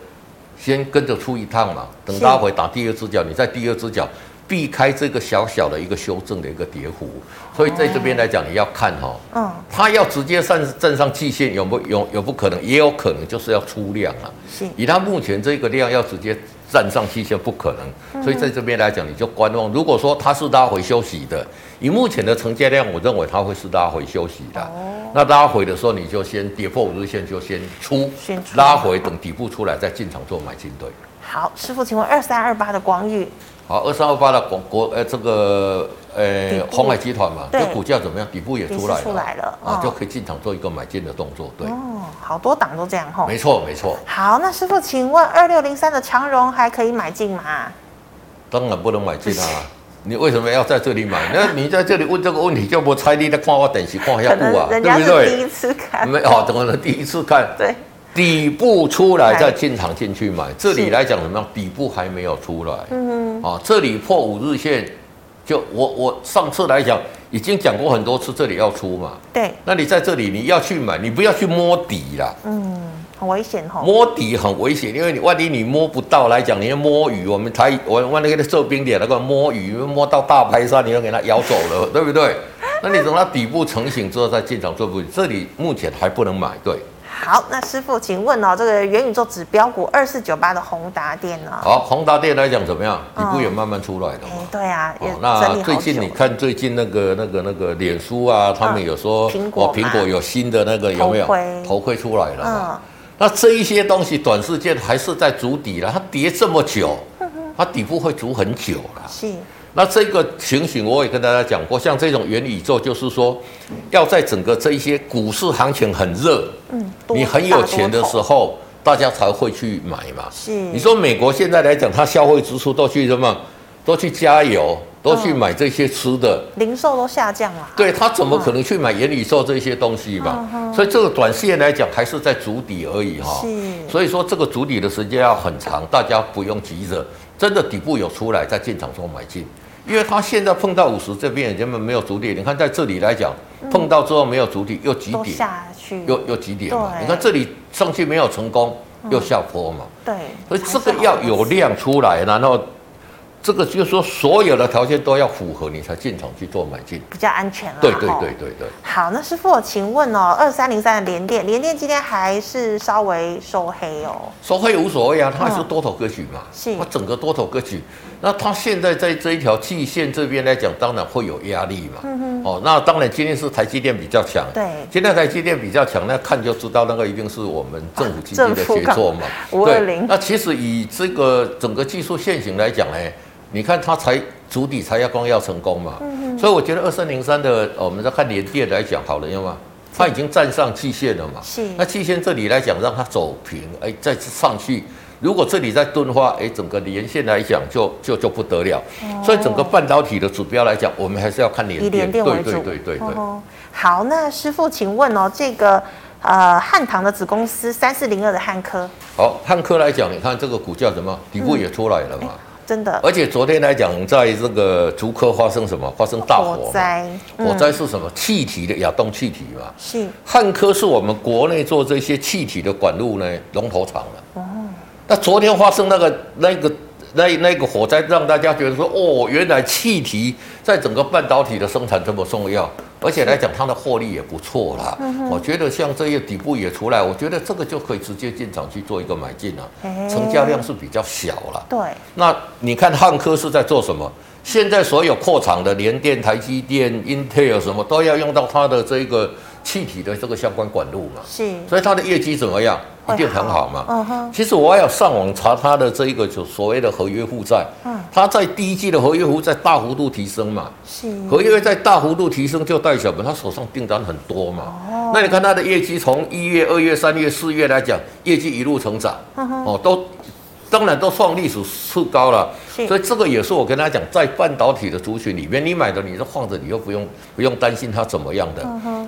S2: 先跟着出一趟嘛，等
S1: 是
S2: 拉回打第二只脚，你在第二只脚避开这个小小的一个修正的一个跌幅，所以在这边来讲，你要看哈、哦。
S1: 嗯，
S2: 它要直接站站上季线，有不有有不可能，也有可能就是要出量啊。
S1: 是
S2: 以它目前这个量要直接站上季线不可
S1: 嗯
S2: 能，所以在这边来讲你就观望。如果说它是拉回休息的，以目前的成交量，我认为它会是拉回休息的。
S1: 哦
S2: 那拉回的时候，你就先跌破五日线就先出，
S1: 先出
S2: 拉回等底部出来再进场做买进对。
S1: 好，师傅，请问二三二八的光裕
S2: 好，二三二八的国国呃这个
S1: 底
S2: 呃
S1: 部
S2: 红海集团嘛，
S1: 对
S2: 这股价怎么样？底部也
S1: 也是
S2: 出来了，
S1: 出来了
S2: 啊
S1: 嗯，
S2: 就可以进场做一个买进的动作，对。
S1: 哦，好多档都这样吼。
S2: 没错，没错，
S1: 好，那师傅，请问二六零三的长荣还可以买进吗？
S2: 当然不能买进啊！你为什么要在这里买？那你在这里问这个问题，就不猜你在看我等级看下
S1: 可
S2: 步啊
S1: 能，
S2: 对
S1: 人家
S2: 不
S1: 是第一
S2: 对？嗯
S1: 次看，
S2: 没哦有，等我第一次看
S1: 对，
S2: 底部出来
S1: 来
S2: 再进场进去买，这里
S1: 是
S2: 来讲怎么样？底部还没有出来，
S1: 嗯
S2: 啊，这里破五日线，就我我上次来讲已经讲过很多次，这里要出嘛。
S1: 哼，对，
S2: 那你在这里你要去买，你不要去摸底啦。
S1: 嗯，很危险吼。
S2: 摸底很危险，因为你万一你摸不到来讲，你要摸鱼，我们台我我那个做冰点那个摸鱼，摸到大白鲨，你要给它咬走了，对不对？ 那你等它底部成型之后再进场做布局，这里目前还不能买，对。
S1: 好，那师傅，请问哦，这个元宇宙指标股二四九八的宏达电呢？
S2: 好，宏达电来讲怎么样？底部也慢慢出来了
S1: 哎、
S2: 嘛。
S1: 对啊，也
S2: 哦，
S1: 整
S2: 那
S1: 理
S2: 最
S1: 好
S2: 近
S1: 久
S2: 你
S1: 了。
S2: 看最近那个那个那个脸书啊，他们有说
S1: 苹果嘛
S2: 哦苹果有新的那个有没有
S1: 头盔
S2: 头盔出来了嘛？
S1: 嗯，
S2: 那这一些东西短时间还是在筑底了，它跌这 么久，它底部会筑很久了。
S1: 是，
S2: 那这个情形我也跟大家讲过，像这种元宇宙，就是说要在整个这一些股市行情很热，
S1: 嗯，多
S2: 你很有钱的时，候，大家才会去买嘛。
S1: 是
S2: 你说美国现在来讲，它消费支出都去什么？都去加油，都去
S1: 嗯
S2: 买这些吃的。
S1: 大多头零售都下降了。啊
S2: 对他怎么可能去买元宇宙这些东西嘛？所以这个短线来讲还是在筑底而已哈、
S1: 嗯是
S2: 哦所以说这个筑底的时间要很长，大家不用急着，真的底部有出来再进场做买进，因为它现在碰到五十这边根本没有筑底，你看在这里来讲碰到之后没有筑底又急
S1: 都
S2: 点，
S1: 下去。
S2: 又又急点嘛，
S1: 对
S2: 你看这里上去没有成功又下坡嘛，
S1: 对，
S2: 所以这
S1: 还
S2: 个
S1: 是好
S2: 要有量出来，然后这个就是说所有的条件都要符合，你才进场去做买进。
S1: 比较安全了。
S2: 对对
S1: 吼
S2: 对。对对。
S1: 好，那师傅，请问哦，二三零三的联电，联电今天还是稍微收黑哦，
S2: 收黑无所谓啊，它还是
S1: 嗯
S2: 多头格局嘛，
S1: 是
S2: 它整个多头格局。那它现在在这一条季线这边来讲，当然会有压力嘛。哦，那当然今天是台积电比较强，
S1: 对
S2: 今天台积电比较强，那看就知道那个一定是我们政府基金的杰作嘛。
S1: 政府
S2: 对
S1: 520
S2: 那其实以这个整个技术线型来讲，呢，你看它才主底才要光要成功嘛。
S1: 嗯
S2: 所以我觉得二三零三的，哦我们在看联电来讲好了，因为嘛它已经站上季线了嘛。
S1: 是
S2: 那季线这里来讲，让它走平，哎，再上去。如果这里再钝化，哎，整个连线来讲就就就不得了。所以整个半导体的指标来讲，我们还是要看连
S1: 哦以联
S2: 对
S1: 电为
S2: 对
S1: 主。
S2: 对对对。
S1: 哦好，那师傅，请问哦，这个呃汉唐的子公司三四零二的汉科，哎
S2: 好，汉科来讲，你看这个股价怎么样底部也出来了嘛？
S1: 真的
S2: 而且昨天来讲，在这个竹科发生什么？发生大火嘛哦
S1: 火灾嗯
S2: 火灾是什么？气体的亚动气体嘛。
S1: 是
S2: 汉科是我们国内做这些气体的管路呢龙头厂了。哦，那昨天发生那个那个那那个火灾，让大家觉得说，哦，原来气体在整个半导体的生产这么重要，而且来讲它的获利也不错啦。我觉得像这些底部也出来，我觉得这个就可以直接进场去做一个买进了、
S1: 哎
S2: 成交量是比较小了。
S1: 对，
S2: 那你看汉科是在做什么？现在所有扩厂的联电、台积电、Intel 什么都要用到它的这个气体的这个相关管路嘛，
S1: 是
S2: 所以它的业绩怎么样？
S1: 会
S2: 一定很好嘛。
S1: 嗯哼，
S2: 其实我还有上网查它的这一个就所谓的合约负债，
S1: 嗯
S2: 它在第一季的合约负债大幅度提升嘛，
S1: 是
S2: 合约在大幅度提升就代表什么？它手上订单很多嘛。那你看它的业绩，从一月、二月、三月、四月来讲，业绩一路成长，哦，都当然都创历史次高了。
S1: 是
S2: 所以这个也是我跟他讲，在半导体的族群里面，你买的你就放着，你又不用不用担心它怎么样的。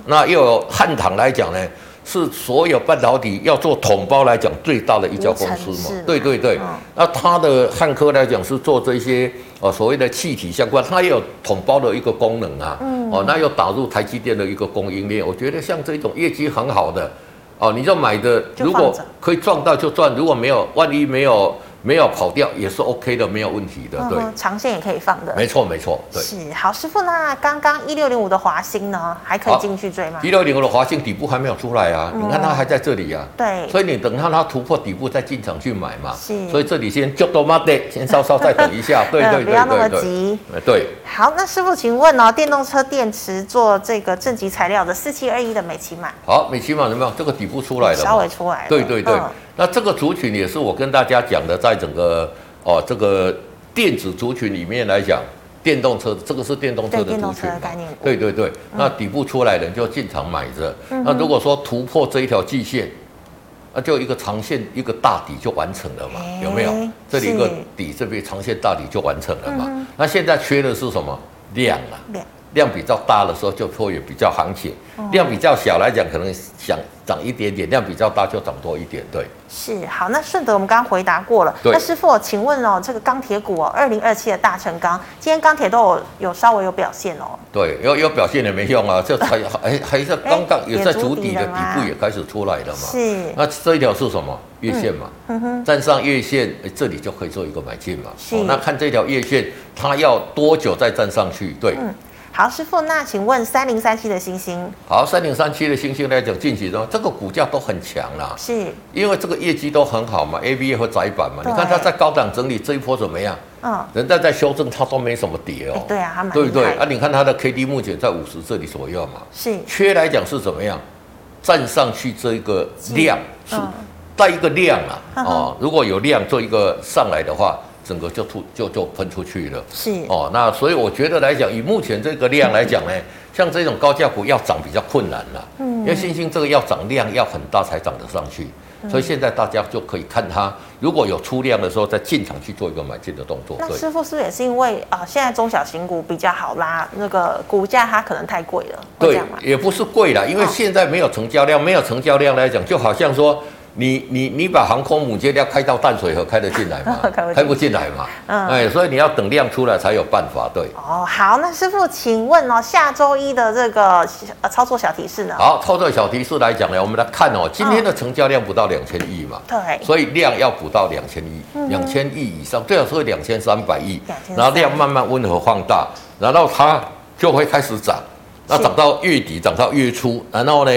S2: 那又有汉唐来讲呢，是所有半导体要做统包来讲最大的一家公司
S1: 无尘室
S2: 嘛
S1: 嘛。
S2: 对对对，
S1: 嗯
S2: 那它的汉科来讲是做这些呃所谓的气体相关，它也有统包的一个功能啊。
S1: 嗯
S2: 哦，那又打入台积电的一个供应链，我觉得像这种业绩很好的，哦，你就买的，
S1: 就
S2: 如
S1: 放
S2: 果
S1: 着
S2: 可以赚到就赚，如果没有，万一没有没有跑掉也是 OK 的，没有问题的。
S1: 嗯
S2: 对，
S1: 哼，长线也可以放的，
S2: 没错没错，对。
S1: 是好师傅。那刚刚一六零五的华兴呢，还可以
S2: 好
S1: 进去追吗
S2: 啊一？六零的华兴底部还没有出来啊，你看它还在这里啊。
S1: 嗯对，
S2: 所以你等它它突破底部再进场去买嘛。
S1: 是
S2: 所以这里先就多 m o d 先稍稍再等一 下。对
S1: 嗯
S2: 对
S1: 不
S2: 对
S1: 要那
S2: 对
S1: 么
S2: 对。
S1: 急。
S2: 呃对，
S1: 好，那师傅，请问哦，电动车电池做这个正极材料的四七二一的美琪玛，
S2: 好，美琪玛有没有这个底部出来了嘛？
S1: 稍微出来了，
S2: 对对对，
S1: 嗯
S2: 那这个族群也是我跟大家讲的，在整个哦这个电子族群里面来讲，电动车这个是电动车
S1: 对
S2: 的
S1: 电
S2: 族
S1: 动车
S2: 群
S1: 的
S2: 嘛
S1: 概念嗯股
S2: 对对对，那底部出来的人就进场买着，
S1: 嗯
S2: 那如果说突破这一条季线。那就一个长线一个大底就完成了嘛，
S1: 哎
S2: 有没有？这里一个
S1: 是嗯
S2: 底，这边长线大底就完成了嘛。那现在缺的是什么量啊？
S1: 两
S2: 量比较大的时候就会有比较行情，
S1: 哦
S2: 量比较小来讲可能想涨一点点，量比较大就涨多一点，对。
S1: 是好。那顺德我们刚刚回答过了，
S2: 对
S1: 那师傅哦，请问哦，这个钢铁股哦，二零二七的大成钢，今天钢铁都有有稍微有表现哦，
S2: 对，有有表现也没用啊，这 才还还是刚刚也在主底
S1: 哎也筑底了
S2: 的底
S1: 嘛
S2: 部也开始出来了嘛。
S1: 是，嗯
S2: 那这一条是什么？月线嘛，站上月线，哎这里就可以做一个买进嘛。哦
S1: 是
S2: 那看这条月线，它要多久再站上去？对，
S1: 嗯好，师傅，那请问三零三七的星星
S2: 好，三零三七的星星来讲，近期中这个股价都很强啦，
S1: 是，
S2: 因为这个业绩都很好嘛，A B A 和窄板嘛，
S1: 对
S2: 你看它在高档整理这一波怎么样？
S1: 嗯，
S2: 人家在修正，它都没什么跌哦
S1: 哎，对啊，还蛮
S2: 对不
S1: 厉
S2: 对？
S1: 害的，
S2: 啊，你看它的 K D 目前在五十这里左右嘛，
S1: 是
S2: 缺来讲是怎么样？站上去这个量是
S1: 嗯
S2: 带一个量啊，
S1: 嗯哼
S2: 哦，如果有量做一个上来的话，整个就突就就喷出去了。
S1: 是，
S2: 哦，那所以我觉得来讲，以目前这个量来讲呢，像这种高价股要涨比较困难了，嗯，因为星星这个要涨量要很大才涨得上去，
S1: 嗯
S2: 所以现在大家就可以看它，如果有出量的时候再进场去做一个买进的动作，
S1: 那
S2: 对。
S1: 师傅是不是也是因为啊、呃现在中小型股比较好拉，那个股价它可能太贵了，会这
S2: 对
S1: 样吗，？
S2: 也不是贵啦，因为
S1: 哦
S2: 现在没有成交量，没有成交量来讲，就好像说你你你把航空母舰要开到淡水河开得进来吗
S1: 开不进来？
S2: 开不进来嘛。
S1: 嗯
S2: 哎，所以你要等量出来才有办法。对，
S1: 哦，好，那师傅，请问哦，下周一的这个呃操作小提示呢？
S2: 好，操作小提示来讲呢，我们来看哦，今天的成交量不到两千亿嘛。
S1: 对，
S2: 所以量要补到两千亿，两千亿以上，最好是嗯两千三百亿
S1: 2300，
S2: 然后量慢慢温和放大，然后它就会开始涨，那
S1: 是
S2: 涨到月底，涨到月初，然后呢，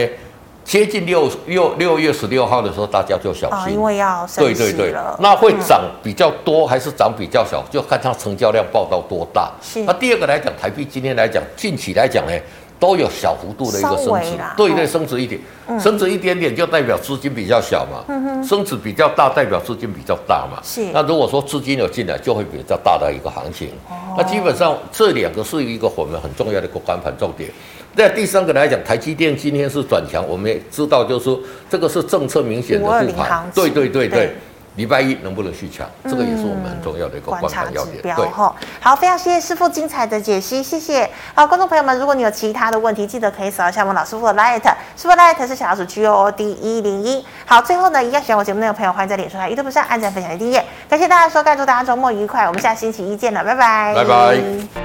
S2: 接近六六六月十六号的时候，大家就小
S1: 哦，
S2: 心
S1: 因。为要升
S2: 对对
S1: 息
S2: 对
S1: 了，，
S2: 那会涨比较多还是涨比较小，就看它成交量报到多大
S1: 是。
S2: 那第二个来讲，台币今天来讲，近期来讲呢，都有小幅度的一个
S1: 稍
S2: 升
S1: 微
S2: 值
S1: 啦，
S2: 对对，
S1: 哦
S2: 升值一点，升值一点点就代表资金比较小嘛，升值比较大代表资金比较大嘛。
S1: 嗯是
S2: 那如果说资金有进来，就会比较大的一个行情。
S1: 哦
S2: 那基本上这两个是一个我们很重要的一个观盘重点。那第三个来讲，台积电今天是转强，我们也知道，就是说这个是政策明显的护
S1: 520行
S2: 盘
S1: 情，
S2: 对对对对。
S1: 对
S2: 礼拜一能不能续强，这个也是我们很重要的一个观
S1: 观察
S2: 盘要
S1: 指
S2: 点。
S1: 标
S2: 对，
S1: 哈。好，非常谢谢师傅精彩的解析，谢谢。好，观众朋友们，如果你有其他的问题，记得可以扫一下我们老师傅的 light，师傅的 light 是小老鼠 G O O D 一零一。好，最后呢，一样喜欢我节目内容的朋友，欢迎在脸书还有 YouTube 上按赞、分享、订阅。感谢大家收看，祝大家周末愉快，我们下星期一见了，拜拜，
S2: 拜拜。